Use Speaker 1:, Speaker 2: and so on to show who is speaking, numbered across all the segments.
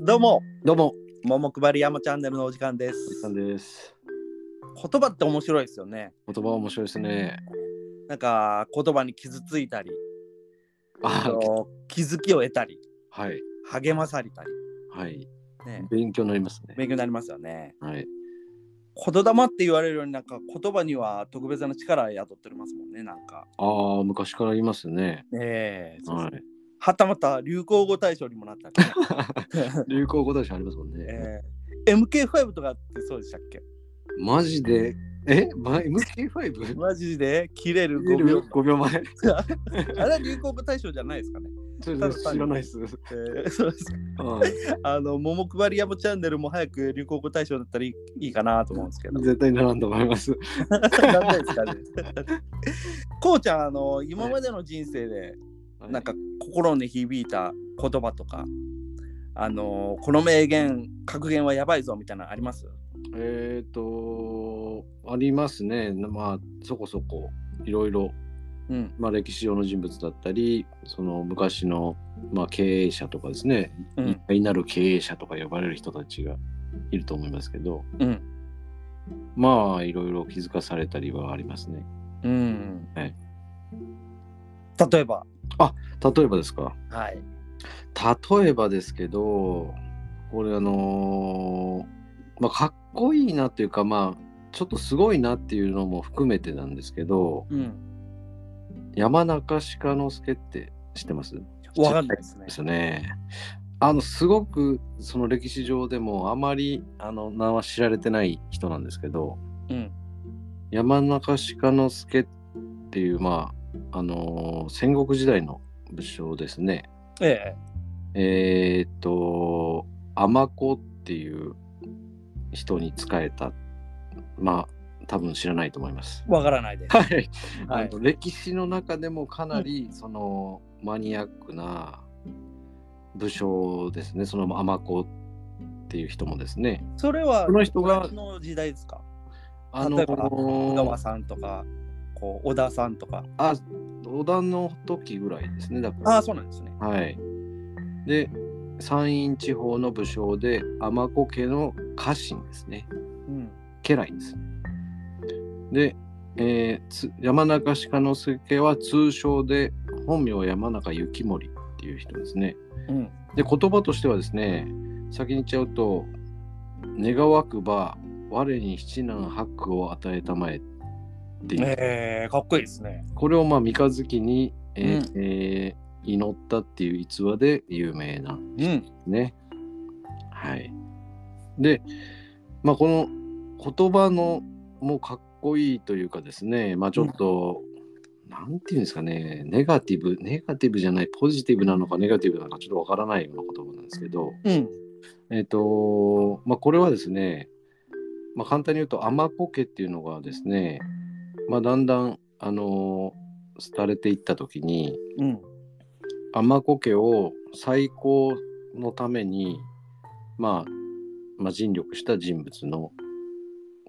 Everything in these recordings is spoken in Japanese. Speaker 1: どうも、
Speaker 2: どうも、
Speaker 1: 桃配り山チャンネルのお時間です。
Speaker 2: おじさんです。
Speaker 1: 言葉って面白いですよね。
Speaker 2: 言葉面白いですね。
Speaker 1: なんか言葉に傷ついたり、あ
Speaker 2: あ、
Speaker 1: の気づきを得たり、
Speaker 2: はい、
Speaker 1: 励まされたり、
Speaker 2: はい。
Speaker 1: ね、
Speaker 2: 勉強になりますね。
Speaker 1: 勉強になりますよね。
Speaker 2: はい。
Speaker 1: 言霊って言われるようになんか言葉には特別な力を宿っておりますもんね、なんか。
Speaker 2: ああ、昔からありますね。
Speaker 1: ええそうそう
Speaker 2: はい。
Speaker 1: はたまた流行語大賞にもなったり ね、
Speaker 2: 流行語大賞ありますもんね。
Speaker 1: ええ MK5 とかってそうでしたっけ
Speaker 2: マジで、え、ま、MK5?
Speaker 1: マジで切れる
Speaker 2: 5
Speaker 1: 5秒
Speaker 2: 秒 ,5 秒前
Speaker 1: あれは流行語大賞じゃないですかね。
Speaker 2: それ知らないです。
Speaker 1: ええそうです
Speaker 2: はい
Speaker 1: あの、桃配り山チャンネルも早く流行語大賞だったらいいいいかなと思うんですけど。
Speaker 2: 絶対ならんと思います。
Speaker 1: なんないですかね。こうちゃん、あの、今までの人生で、なんか心に響いた言葉とか、あの、この名言、格言はやばいぞみたいなのあります
Speaker 2: えっ、と、ありますね。まあ、そこそこ、いろいろ。
Speaker 1: うん。
Speaker 2: まあ、歴史上の人物だったりその昔の、まあ、経営者とかですね、
Speaker 1: うん
Speaker 2: 偉大なる経営者とか呼ばれる人たちがいると思いますけど
Speaker 1: うん。
Speaker 2: まあいろいろ気づかされたりはありますね
Speaker 1: うん。
Speaker 2: はい
Speaker 1: 例えば、
Speaker 2: 例えばですか
Speaker 1: はい。
Speaker 2: 例えばですけどこれあのーまあかっこいいなっていうかまあちょっとすごいなっていうのも含めてなんですけど
Speaker 1: うん。
Speaker 2: 山中鹿之助って知ってます
Speaker 1: わかんないですね
Speaker 2: で。すね。あのすごくその歴史上でもあまりあの名は知られてない人なんですけど
Speaker 1: うん。
Speaker 2: 山中鹿之助っていうまああのー戦国時代の武将ですね
Speaker 1: ええ。
Speaker 2: えーっと尼子っていう人に仕えたまあ多分知らないと思います。
Speaker 1: わからないです。
Speaker 2: はい、
Speaker 1: はい
Speaker 2: あの歴史の中でもかなりそのマニアックな武将ですねその尼子っていう人もですね
Speaker 1: それは、
Speaker 2: この人が
Speaker 1: 昔の時代ですか
Speaker 2: あの
Speaker 1: 例えば小川さんとか、こう小田さんとか。
Speaker 2: あ織田の時ぐらいですねだか
Speaker 1: あ
Speaker 2: ら
Speaker 1: あ、そうなんですね。
Speaker 2: はいで山陰地方の武将で尼子家の家臣ですね
Speaker 1: うん。
Speaker 2: 家来ですねで、えーつ山中鹿之助は通称で本名山中幸盛っていう人ですね。
Speaker 1: うん。
Speaker 2: で言葉としてはですね先に言っちゃうと「願わくば我に七難八苦を与えたまえ」っていう、
Speaker 1: えー、かっこいいですね。
Speaker 2: これをまあ三日月に、えー
Speaker 1: う
Speaker 2: えー祈ったっていう逸話で有名な
Speaker 1: うん。
Speaker 2: ね。はい。で、まあ、この言葉のもうかっこいいというかですね、まあ、ちょっと、なんていうんですかね、ネガティブ、ネガティブじゃない、ポジティブなのかネガティブなのかちょっとわからないような言葉なんですけど、
Speaker 1: うん。
Speaker 2: えっ、と、まあ、これはですね、まあ、簡単に言うと、甘こけっていうのがですね、まあ、だんだん、あの廃れていった時に、
Speaker 1: うん。
Speaker 2: 尼子家を最高のために、まあ、まあ尽力した人物の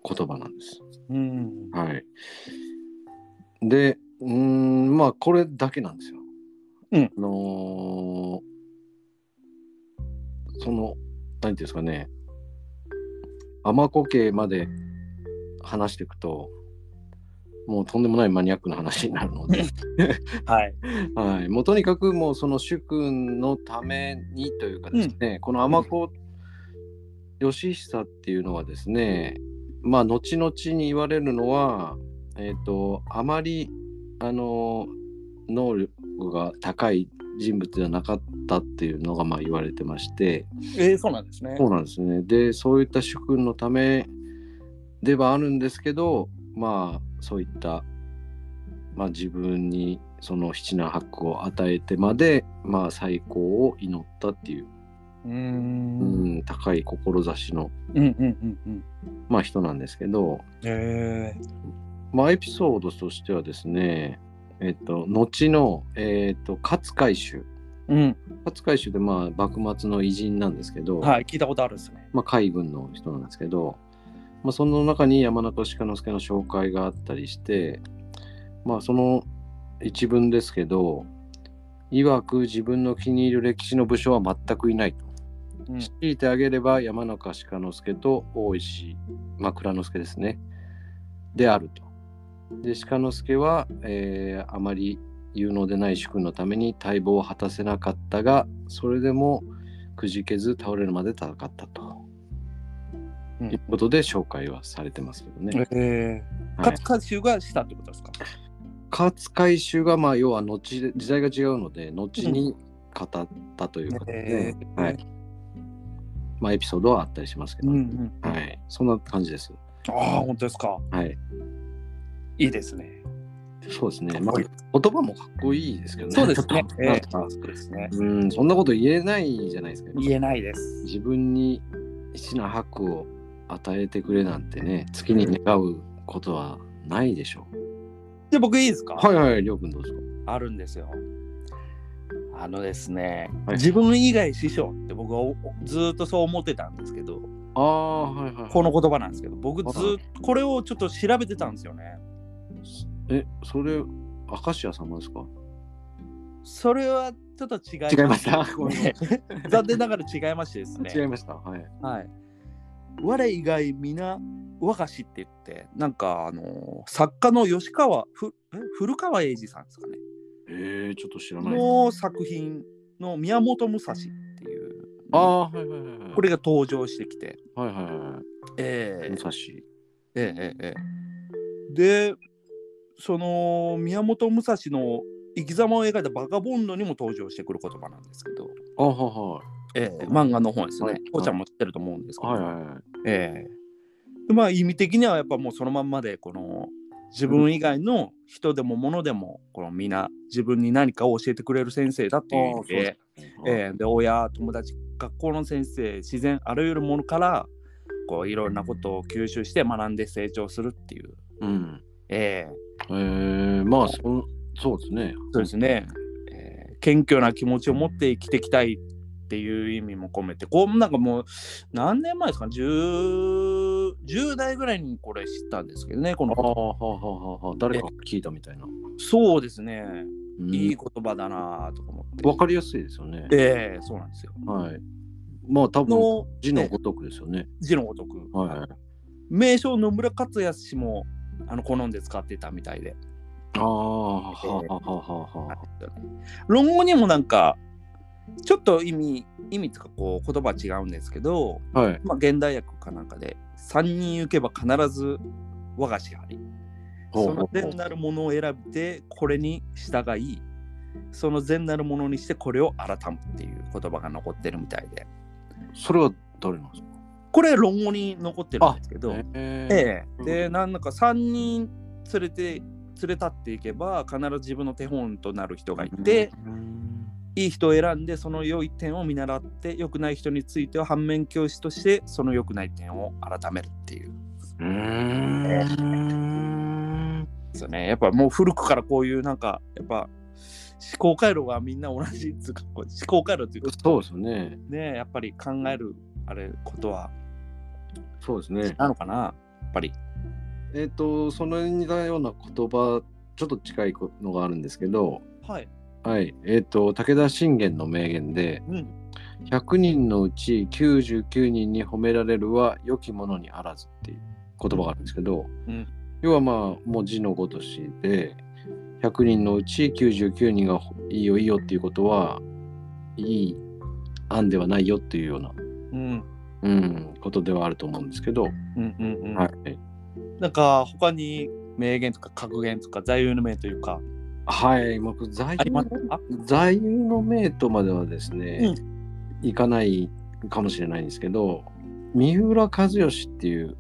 Speaker 2: 言葉なんです。
Speaker 1: うん。
Speaker 2: はい、でうーんまあこれだけなんですよ。
Speaker 1: うん
Speaker 2: あのーその何ていうんですかね尼子家まで話していくともうとんでもないマニアックな話になるので。
Speaker 1: はい。
Speaker 2: はい、もうとにかくもうその主君のためにというかですね、この尼子義久っていうのはですねまあ後々に言われるのはえっ、とあまりあの能力が高い人物ではなかったっていうのがまあ言われてまして
Speaker 1: えー、そうなんですね。
Speaker 2: そうなんですねでそういった主君のためではあるんですけどまあそういった、まあ、自分にその七難八苦を与えてまで、まあ、最高を祈ったっていう、
Speaker 1: うー。
Speaker 2: うんん高い志の、
Speaker 1: うんうんうんうん。
Speaker 2: まあ、人なんですけど、
Speaker 1: え
Speaker 2: まあ、エピソードとしてはですねえっと後の、えっと勝海舟
Speaker 1: ー、うん。
Speaker 2: 勝海舟でまあ幕末の偉人なんですけど、
Speaker 1: はい、聞いたことあるですね。
Speaker 2: まあ、海軍の人なんですけど、まあ、その中に山中鹿之助の紹介があったりして、まあ、その一文ですけど、いわく自分の気に入る歴史の武将は全くいないと。
Speaker 1: うん
Speaker 2: 強いてあげれば山中鹿之助と大石枕之助ですねであると。で鹿之助は、えーあまり有能でない主君のために待望を果たせなかったがそれでもくじけず倒れるまで戦ったと。
Speaker 1: うん
Speaker 2: いうことで紹介はされてますけどね。
Speaker 1: え
Speaker 2: はい
Speaker 1: 勝海舟がしたってことですか、
Speaker 2: 勝海舟がまあ要は後で時代が違うので後に語ったというかね、
Speaker 1: え
Speaker 2: はいまあエピソードはあったりしますけど、
Speaker 1: んうん、
Speaker 2: はいそんな感じです
Speaker 1: ああ本当ですか
Speaker 2: はい
Speaker 1: いいですね
Speaker 2: そうですね
Speaker 1: か
Speaker 2: ま
Speaker 1: っこ
Speaker 2: あ
Speaker 1: いい
Speaker 2: 言葉もかっこいいですけどね
Speaker 1: そうですね
Speaker 2: ちょっと
Speaker 1: ええ
Speaker 2: なんか
Speaker 1: そうですね
Speaker 2: うんそんなこと言えないじゃないですか
Speaker 1: 言えないです
Speaker 2: 自分に七な八苦を与えてくれなんてね月に願うことはないでしょう
Speaker 1: で僕いいですか、
Speaker 2: はいはいりょうくんどうぞ
Speaker 1: あるんですよあのですね、
Speaker 2: はい
Speaker 1: 自分以外師匠って僕はおずーっとそう思ってたんですけど
Speaker 2: ああはいはいはい
Speaker 1: この言葉なんですけど僕ずー
Speaker 2: は
Speaker 1: っとこれをちょっと調べてたんですよね
Speaker 2: えそれ明石家様ですか
Speaker 1: それはちょっと違いま
Speaker 2: 違いました
Speaker 1: ごめんね 残念ながら違いましてですね
Speaker 2: 違いましたはい
Speaker 1: はい。我以外皆若しって言って、なんかあのー作家の吉川ふえ古川英二さんですかね。
Speaker 2: えー、ちょっと知らない。
Speaker 1: の作品の宮本武蔵っていう。
Speaker 2: ああ、はいはいはいはい。
Speaker 1: これが登場してきて。
Speaker 2: はいはいは
Speaker 1: え
Speaker 2: い。
Speaker 1: え
Speaker 2: 武蔵。
Speaker 1: ええええで、その宮本武蔵の生き様を描いたバカボンドにも登場してくる言葉なんですけど、
Speaker 2: あは
Speaker 1: ええ漫画の本です
Speaker 2: は
Speaker 1: ね
Speaker 2: い。
Speaker 1: こうちゃんも知ってると思うんですけど。
Speaker 2: はいはい。はいはいはい。
Speaker 1: ええでまあ意味的にはやっぱもうそのまんまでこの自分以外の人でも物でもこの皆自分に何かを教えてくれる先生だっていう意味で,、え
Speaker 2: え
Speaker 1: えで親友達学校の先生自然あらゆるものからこういろんなことを吸収して学んで成長するっていう、
Speaker 2: うん。
Speaker 1: ええ
Speaker 2: えー、まあそん、そうですね。
Speaker 1: そうですね、ええ謙虚な気持ちを持って生きていきたいっていう意味も込めてこうなんかもう何年前ですか 10, 10代ぐらいにこれ知ったんですけどねこの
Speaker 2: ああ、はあはあはあはあ。誰かが聞いたみたいな。
Speaker 1: そうですね、
Speaker 2: うん
Speaker 1: いい言葉だなとか思って
Speaker 2: わかりやすいですよね。
Speaker 1: ええそうなんですよ
Speaker 2: はい。まあ、多分
Speaker 1: の
Speaker 2: 字のごとくですよね。
Speaker 1: 字のごとく、
Speaker 2: はいはい。
Speaker 1: 名将野村克也氏もあの好んで使ってたみたいで
Speaker 2: ああ、はあはあはあはあ。
Speaker 1: 論語にもなんかちょっと意味意味とかこう言葉は違うんですけど、
Speaker 2: はい。
Speaker 1: まあ、現代訳かなんかで「三人行けば必ず我が支配」
Speaker 2: ほうほ
Speaker 1: そうの善なるものを選びてこれに従いその善なるものにしてこれを改むっていう言葉が残ってるみたいで
Speaker 2: それは誰なんですか
Speaker 1: これ論語に残ってるんですけど、
Speaker 2: えー
Speaker 1: ええ
Speaker 2: うん
Speaker 1: でなんだか3人連れて連れ立っていけば必ず自分の手本となる人がいて、、
Speaker 2: うん
Speaker 1: いい人を選んでその良い点を見習って良くない人については反面教師としてその良くない点を改めるっていう
Speaker 2: うーん。
Speaker 1: ですよねやっぱもう古くからこういうなんかやっぱ思考回路がみんな同じっつうかこう思考回路というか
Speaker 2: そうですよね。
Speaker 1: ねやっぱり考えるあれことは
Speaker 2: そうですね。
Speaker 1: なのかなやっぱり
Speaker 2: えっ、と、その似たような言葉、ちょっと近いのがあるんですけど、
Speaker 1: はい
Speaker 2: はい。えっ、と、武田信玄の名言で、
Speaker 1: うん
Speaker 2: 100人のうち99人に褒められるは良きものにあらずっていう言葉があるんですけど、
Speaker 1: うん
Speaker 2: 要はまあ、文字のごとしで、100人のうち99人がいいよいいよっていうことは、いい案ではないよっていうような、
Speaker 1: うん
Speaker 2: うん、ことではあると思うんですけど、
Speaker 1: うんうんうん
Speaker 2: はい。
Speaker 1: なんか他に名言とか格言とか座右の銘というか
Speaker 2: はい、まあ、在
Speaker 1: ありますか
Speaker 2: 座右の銘とまではですね、いかないかもしれないんですけど三浦知良っていう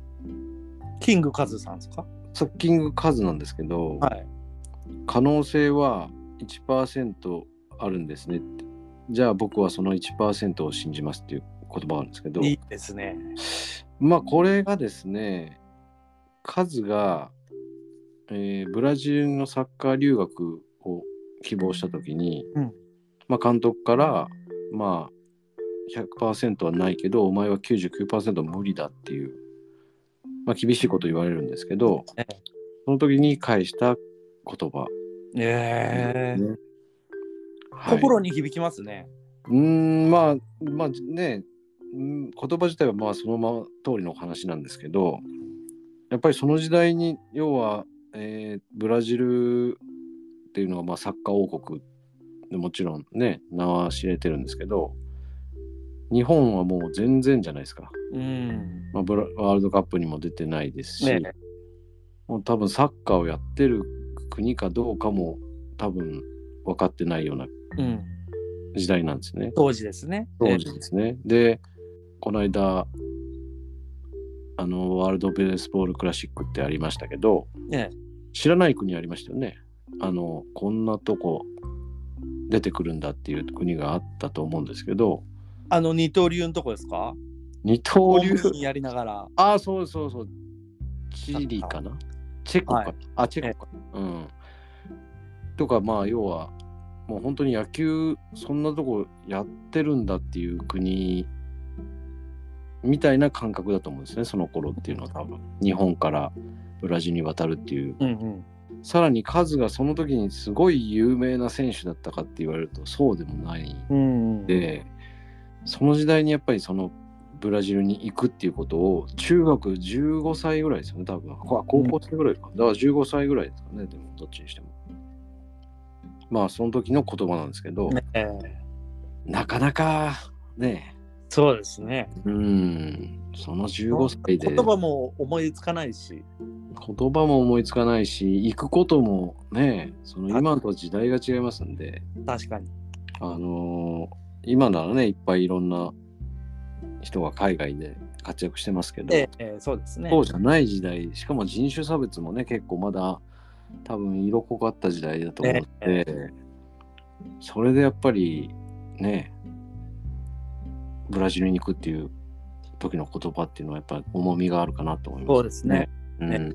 Speaker 1: キングカズさんですか
Speaker 2: サッキング数なんですけど、
Speaker 1: はい。
Speaker 2: 可能性は1%あるんですねってじゃあ僕はその1%を信じますっていう言葉があるんですけど
Speaker 1: いいですね。
Speaker 2: まあこれがですね数が、えーブラジルのサッカー留学を希望した時に、
Speaker 1: うん
Speaker 2: まあ、監督からまあ100%はないけどお前は99%無理だっていう、まあ、厳しいこと言われるんですけど
Speaker 1: え
Speaker 2: その時に返した言葉、
Speaker 1: え
Speaker 2: ねはい
Speaker 1: 心に響きますね。
Speaker 2: うーんまあまあねうん言葉自体はまあそのまま通りのお話なんですけどやっぱりその時代に要は、えーブラジルっていうのはまあサッカー王国でもちろんね名は知れてるんですけど日本はもう全然じゃないですか、
Speaker 1: うん。
Speaker 2: まあ、ブラワールドカップにも出てないですし、
Speaker 1: ね
Speaker 2: もう多分サッカーをやってる国かどうかも多分分かってないような
Speaker 1: うん。
Speaker 2: 時代なんですね。
Speaker 1: 当時ですね。
Speaker 2: 当時ですね。で、この間、あの、ワールドベースボールクラシックってありましたけど、
Speaker 1: ええ
Speaker 2: 知らない国ありましたよね。あの、こんなとこ出てくるんだっていう国があったと思うんですけど、
Speaker 1: あの二刀流のとこですか
Speaker 2: 二刀流、
Speaker 1: ホームランやりながら。
Speaker 2: ああ、そうそうそう、チリかなチェコか、
Speaker 1: はい
Speaker 2: あ、チェコか。うん。とか、まあ、要は、もう本当に野球、そんなとこやってるんだっていう国みたいな感覚だと思うんですね、その頃っていうのは多分。日本からブラジルに渡るっていう。
Speaker 1: うんうん。
Speaker 2: さらに数がその時にすごい有名な選手だったかって言われると、そうでもない
Speaker 1: うんうん、
Speaker 2: でその時代にやっぱりそのブラジルに行くっていうことを中学15歳ぐらいですよね多分あ高校生ぐらいか、だから15歳ぐらいですかねでもどっちにしてもまあその時の言葉なんですけど、
Speaker 1: ねえ
Speaker 2: なかなかね
Speaker 1: そうですね。
Speaker 2: うんその15歳で
Speaker 1: 言葉も思いつかないし。
Speaker 2: 言葉も思いつかないし行くこともねその今と時代が違いますんで
Speaker 1: 確かに。
Speaker 2: あのー今ならねいっぱいいろんな人が海外で活躍してますけど、
Speaker 1: ええええそうですね。
Speaker 2: そうじゃない時代しかも人種差別もね結構まだ多分色濃かった時代だと思って、
Speaker 1: え
Speaker 2: それでやっぱりねブラジルに行くっていう時の言葉っていうのはやっぱり重みがあるかなと思います、
Speaker 1: そうですね。
Speaker 2: うん
Speaker 1: ね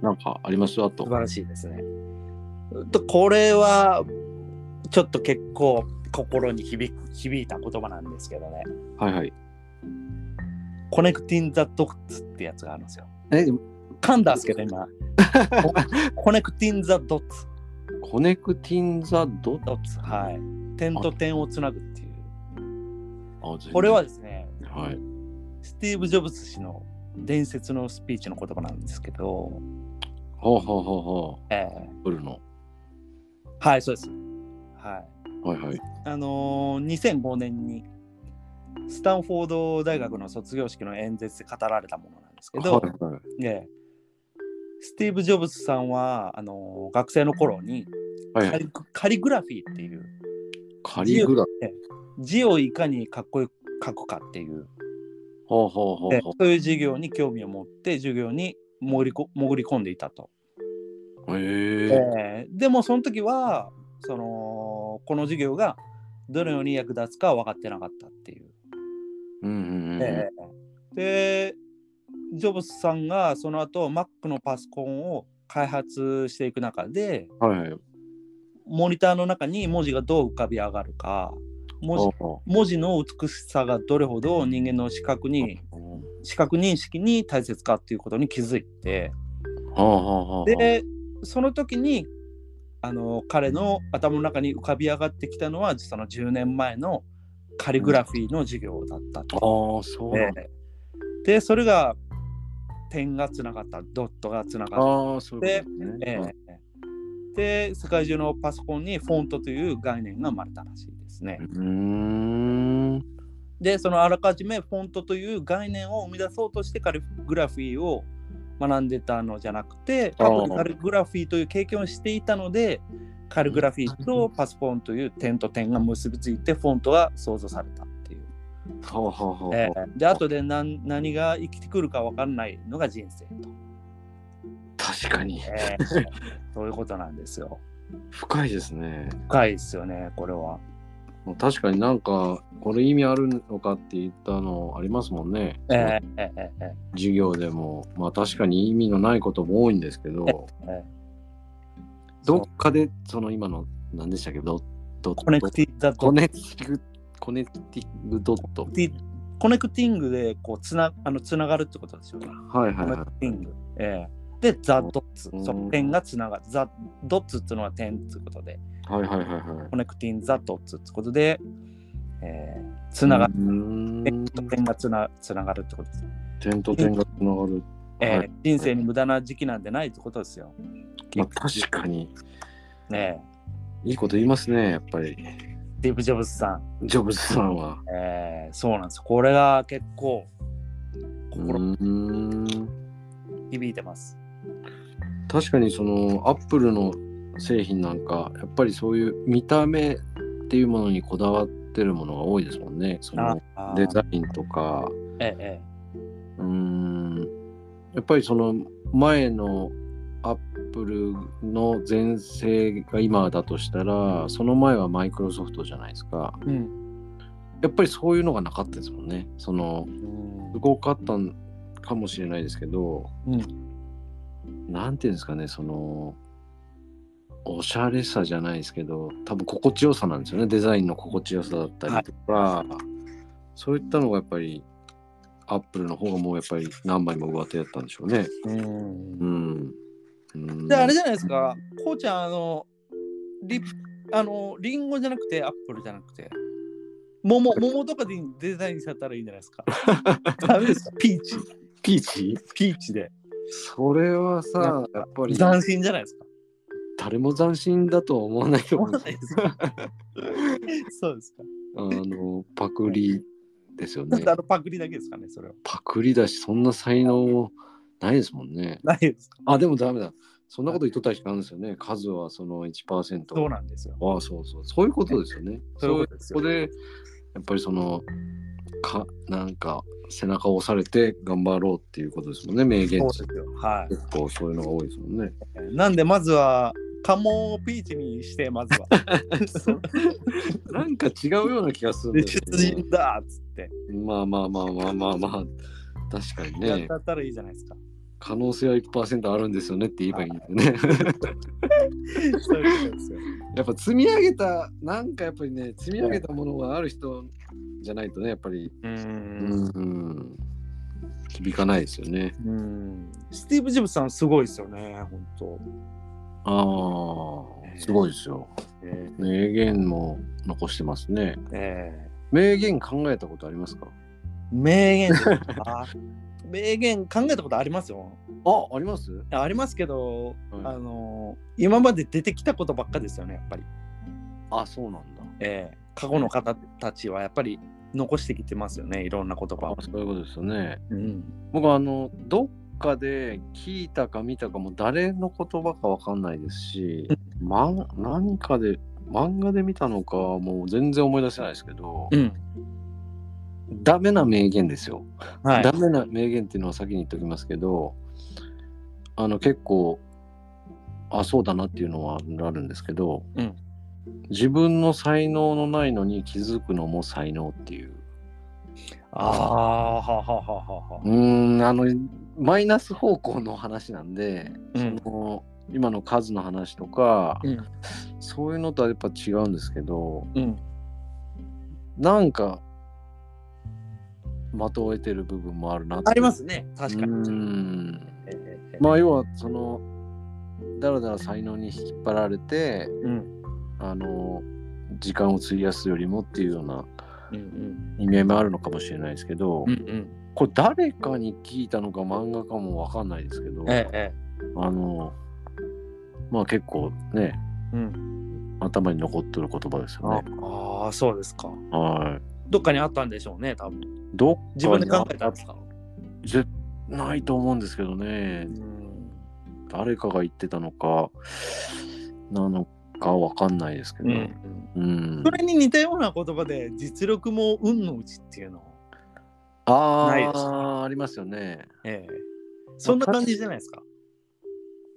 Speaker 2: なんかありますあと
Speaker 1: 素晴らしいですね。とこれはちょっと結構心に響く響いた言葉なんですけどね。
Speaker 2: はいはい
Speaker 1: コネクティン・ザ・ドッツってやつがあるんですよ。
Speaker 2: え
Speaker 1: 噛んだんですけど 今。コネクティン・ザ・ドッツ。
Speaker 2: コネクティン・ザ・ドッ
Speaker 1: ドッツ。はい。点と点をつなぐっていう。
Speaker 2: あ全然
Speaker 1: これはですね、
Speaker 2: はい
Speaker 1: スティーブ・ジョブズ氏の伝説のスピーチの言葉なんですけど、
Speaker 2: ほうほうほうほ
Speaker 1: え
Speaker 2: うブルの
Speaker 1: ーはい、そうです。はい。
Speaker 2: はいはい
Speaker 1: あのー2005年にスタンフォード大学の卒業式の演説で語られたものなんですけど、
Speaker 2: はいはい
Speaker 1: ねスティーブ・ジョブズさんはあのー学生の頃に
Speaker 2: はいは
Speaker 1: カ
Speaker 2: い
Speaker 1: リグカリグラフィーっていう
Speaker 2: カリグラ
Speaker 1: 字をいかにかっこよく書くかっていう、
Speaker 2: ほうほうほう
Speaker 1: ね
Speaker 2: ほ
Speaker 1: そういう授業に興味を持って授業に潜りこ潜り込んでいたと。
Speaker 2: う。へえ。
Speaker 1: えーでもその時はそのこの授業がどのように役立つかは分かってなかったっていう。
Speaker 2: うんうんうん。
Speaker 1: ええでジョブズさんがその後 Mac のパソコンを開発していく中で
Speaker 2: はいはい。
Speaker 1: モニターの中に文字がどう浮かび上がるか文字
Speaker 2: ほうほ
Speaker 1: 文字の美しさがどれほど人間の視覚に
Speaker 2: うほう
Speaker 1: 視覚認識に大切かっていうことに気づいて
Speaker 2: ほうほうほう。
Speaker 1: でその時にあの彼の頭の中に浮かび上がってきたのはその10年前のカリグラフィーの授業だったと。
Speaker 2: ああ、そうなんだ。
Speaker 1: ででそれが点がつながったドットがつながっ
Speaker 2: ああ、そういうこと
Speaker 1: て、
Speaker 2: ね。うん
Speaker 1: で世界中のパソコンにフォントという概念が生まれたらしいですね。
Speaker 2: うーん。
Speaker 1: でそのあらかじめフォントという概念を生み出そうとしてカリグラフィーを学んでたのじゃなくて
Speaker 2: あー
Speaker 1: 後でカリグラフィーという経験をしていたのでカリグラフィーとパソコンという点と点が結びついてフォントが創造されたっていう。
Speaker 2: ほうほうほうほう。
Speaker 1: えーで後で何何が生きてくるか分かんないのが人生と。
Speaker 2: 確かに。
Speaker 1: えーそういうことなんですよ。
Speaker 2: 深いですね。
Speaker 1: 深いですよね、これは。
Speaker 2: もう確かになんか、これ意味あるのかって言ったのありますもんね。
Speaker 1: えーえーえーえ
Speaker 2: 授業でも。まあ確かに意味のないことも多いんですけど、
Speaker 1: ーえーそ
Speaker 2: ど
Speaker 1: う
Speaker 2: っかでその今の何でしたっけど、ど
Speaker 1: コネクティザ
Speaker 2: コ
Speaker 1: ド
Speaker 2: ネクティング、コネクティングドット。
Speaker 1: ティコネクティングでこうつなあのつながるってことですよね。
Speaker 2: はい
Speaker 1: コ
Speaker 2: はい
Speaker 1: ネ
Speaker 2: は
Speaker 1: クティング。えーで、ザ・ドッツ。
Speaker 2: うん
Speaker 1: その点がつながる。ザ・ドッツっていうのは点っていうことで、
Speaker 2: い。はいはいはいはい。
Speaker 1: コネクティング・ザ・ドッツってことで、えー、つながる、
Speaker 2: うん
Speaker 1: 点と点がつなつながるってことです、
Speaker 2: 点と点がつながる。
Speaker 1: えー
Speaker 2: はい
Speaker 1: 人生に無駄な時期なんてないってことですよ。
Speaker 2: まあ、確かに、
Speaker 1: ね
Speaker 2: いいこと言いますね、やっぱり。
Speaker 1: えディーブ・ジョブズさん。
Speaker 2: ジョブズさんは。
Speaker 1: えーそうなんです。これが結構
Speaker 2: う
Speaker 1: 心
Speaker 2: ーん
Speaker 1: 響いてます。
Speaker 2: 確かにそのアップルの製品なんかやっぱりそういう見た目っていうものにこだわってるものが多いですもんねその
Speaker 1: あー
Speaker 2: デザインとか
Speaker 1: ええ
Speaker 2: うーんやっぱりその前のアップルの全盛が今だとしたらその前はマイクロソフトじゃないですか
Speaker 1: ええうん
Speaker 2: やっぱりそういうのがなかったですもんねそのすごかったんかもしれないですけど、
Speaker 1: うん
Speaker 2: なんていうんですかねそのおしゃれさじゃないですけど多分心地よさなんですよねデザインの心地よさだったりとか、そういったのがやっぱりアップルの方がもうやっぱり何枚も上手だったんでしょうね。
Speaker 1: うん
Speaker 2: うん。うん
Speaker 1: であれじゃないですか、こうちゃん、あの、リあのリンゴじゃなくて、アップルじゃなくて、桃桃とかでデザインされたらいいんじゃないです か。ダメですか、ピーチ、
Speaker 2: ピーチ
Speaker 1: ピーチで。
Speaker 2: それはさやっぱり
Speaker 1: 斬新じゃないですか。
Speaker 2: 誰も斬新だとは思わないと思うん
Speaker 1: 思わ
Speaker 2: です
Speaker 1: ないですかそうですか。
Speaker 2: あのパクリですよ
Speaker 1: だっ
Speaker 2: ね
Speaker 1: て。あのパクリだけですかね、それは。
Speaker 2: パクリだし、そんな才能もないですもんね。
Speaker 1: ないですか。
Speaker 2: あ、でもダメだ。そんなこと言っとった人あるんですよね。数はその1%。
Speaker 1: そうなんですよ。
Speaker 2: ああ、そうそう。そういうことですよね。
Speaker 1: そういう
Speaker 2: そ
Speaker 1: ことです
Speaker 2: こ
Speaker 1: よ
Speaker 2: で、やっぱりその、か、なんか、背中を押されて頑張ろうっていうことですもんね、名言
Speaker 1: そう
Speaker 2: 結
Speaker 1: ですよ。は
Speaker 2: 構そういうのが多いですもんね。
Speaker 1: い。なんで、まずは、カモをピーチにして、まずは。
Speaker 2: なんか違うような気がするん
Speaker 1: で
Speaker 2: です
Speaker 1: 出
Speaker 2: よね。
Speaker 1: 陣だっつって、
Speaker 2: まあまあまあまあまあまあ。確かに
Speaker 1: やっ
Speaker 2: ね、
Speaker 1: たらいいじゃないですか。
Speaker 2: 可能性は1%あるんですよねって言えばいいんだよね。
Speaker 1: そういうことですよ。
Speaker 2: やっぱ積み上げたなんかやっぱりね積み上げたものがある人じゃないとねやっぱり、
Speaker 1: う
Speaker 2: うん響かないですよね。
Speaker 1: うんスティーブ・ジョブズさんすごいですよね、本当。
Speaker 2: ああすごいですよ。
Speaker 1: え
Speaker 2: 名言も残してますね。
Speaker 1: ーえ
Speaker 2: 名言考えたことありますか
Speaker 1: ー名言です か名言考えたことありますよ。
Speaker 2: ああります
Speaker 1: ありますけど、
Speaker 2: うん
Speaker 1: あの今まで出てきたことばっかですよね、やっぱり。
Speaker 2: あそうなんだ。
Speaker 1: えー過去の方たちはやっぱり残してきてますよね、いろんな言葉
Speaker 2: あ
Speaker 1: を。
Speaker 2: そういうことですよね。
Speaker 1: うん、
Speaker 2: 僕はあのどっかで聞いたか見たかもう誰の言葉かわかんないです し、まん、何かで漫画で見たのかはもう全然思い出せないですけど、
Speaker 1: うん
Speaker 2: ダメな名言ですよ、
Speaker 1: はい
Speaker 2: ダメな名言っていうのは先に言っておきますけどあの結構あそうだなっていうのはあるんですけど、
Speaker 1: うん
Speaker 2: 自分の才能のないのに気づくのも才能っていう
Speaker 1: ああ、はははは
Speaker 2: う
Speaker 1: は。
Speaker 2: ーんあのマイナス方向の話なんで、
Speaker 1: うん
Speaker 2: その今の数の話とか、
Speaker 1: うん
Speaker 2: そういうのとはやっぱ違うんですけど
Speaker 1: うん
Speaker 2: なんかまとえてる部分もあるなって
Speaker 1: ありますね、確かに。
Speaker 2: うーん
Speaker 1: えー
Speaker 2: まあ要はそのだらだら才能に引っ張られて
Speaker 1: うん
Speaker 2: あの時間を費やすよりもっていうような
Speaker 1: うんうん
Speaker 2: 意味合いもあるのかもしれないですけど、
Speaker 1: うんうん
Speaker 2: これ誰かに聞いたのか漫画かもわかんないですけど、
Speaker 1: えーえ
Speaker 2: あのまあ結構ね
Speaker 1: ーうん
Speaker 2: 頭に残ってる言葉ですよね。
Speaker 1: ああー、そうですか。
Speaker 2: はい。
Speaker 1: どっかにあったんでしょうね、多分。
Speaker 2: どっ
Speaker 1: 自
Speaker 2: か
Speaker 1: 分で
Speaker 2: に
Speaker 1: 考えたんですか。
Speaker 2: ぜないと思うんですけどね誰かが言ってたのかなのかわかんないですけど、うん
Speaker 1: それに似たような言葉で実力も運のうちっていうのを、
Speaker 2: あ
Speaker 1: ないです
Speaker 2: あありますよね。
Speaker 1: ええそんな感じじゃないですか。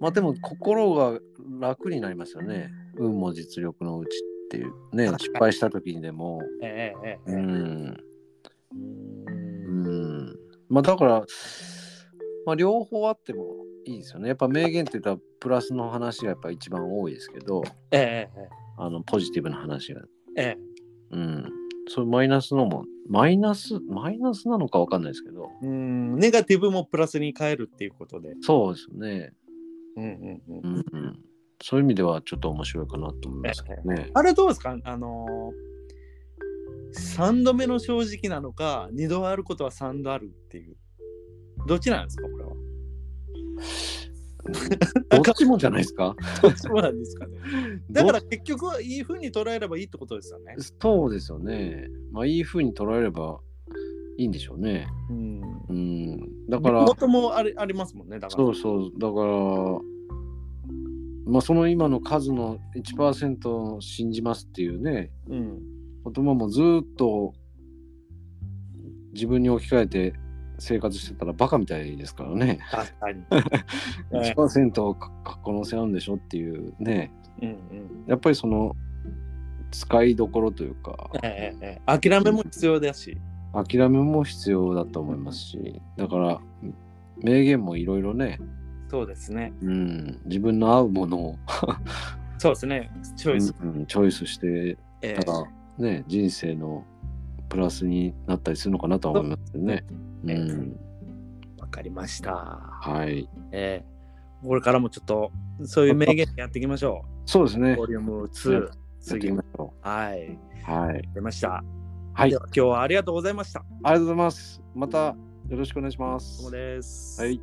Speaker 2: まあでも心が楽になりますよね。運も実力のうちっていうね
Speaker 1: 確かに
Speaker 2: 失敗した時にでも。
Speaker 1: ええええええ
Speaker 2: うんう
Speaker 1: うん
Speaker 2: んまあだから、まあ、両方あってもいいですよね。やっぱ名言って言ったらプラスの話がやっぱ一番多いですけど
Speaker 1: えええ
Speaker 2: あのポジティブな話が。
Speaker 1: ええ
Speaker 2: うん。そういうマイナスのもマイナスマイナスなのかわかんないですけど
Speaker 1: えうんネガティブもプラスに変えるっていうことで。
Speaker 2: そうですよね。
Speaker 1: うんうんうん
Speaker 2: うんうん、そういう意味ではちょっと面白いかなと思いますけどね。
Speaker 1: あれどうですかあのー3度目の正直なのか2度あることは3度あるっていうどっちなんですかこれ は
Speaker 2: どっちもじゃないですか
Speaker 1: どっちもなんですかねだから
Speaker 2: ど
Speaker 1: 結局はいいふうに捉えればいいってことですよね
Speaker 2: そうですよね。まあいい風に捉えればいいんでしょうね。
Speaker 1: うん
Speaker 2: うん。だ
Speaker 1: だ
Speaker 2: から、
Speaker 1: 元もありありますもんねだから
Speaker 2: そうそう、だから、まあその今の数の1%を信じますっていうね、
Speaker 1: うん
Speaker 2: 言葉もずーっと自分に置き換えて生活してたらバカみたいですからね。
Speaker 1: 確かにね
Speaker 2: 1%をかか可能性あるんでしょっていうね、
Speaker 1: うんうん
Speaker 2: やっぱりその使いどころというか、
Speaker 1: ええええ諦めも必要だし、
Speaker 2: 諦めも必要だと思いますし、だから名言もいろいろね、
Speaker 1: そうですね。
Speaker 2: うん、自分の合うものを、
Speaker 1: そうですね。チョイス。
Speaker 2: うん、チョイスして
Speaker 1: ええ
Speaker 2: たら、ね、人生のプラスになったりするのかなとは思いますよね。う
Speaker 1: ええ
Speaker 2: ん、
Speaker 1: わかりました。
Speaker 2: はい。
Speaker 1: ええこれからもちょっと、そういう名言やっていきましょ
Speaker 2: そうです
Speaker 1: う。
Speaker 2: ね
Speaker 1: ボ。リューム2、
Speaker 2: やってい
Speaker 1: 次
Speaker 2: き。ましょ
Speaker 1: はい。わか
Speaker 2: う。はい。
Speaker 1: りました。
Speaker 2: はい。あり
Speaker 1: で
Speaker 2: が
Speaker 1: は今日はありがとうございました。
Speaker 2: とうございます。またよろしくお願いしま
Speaker 1: どう
Speaker 2: す
Speaker 1: も。です。
Speaker 2: はい。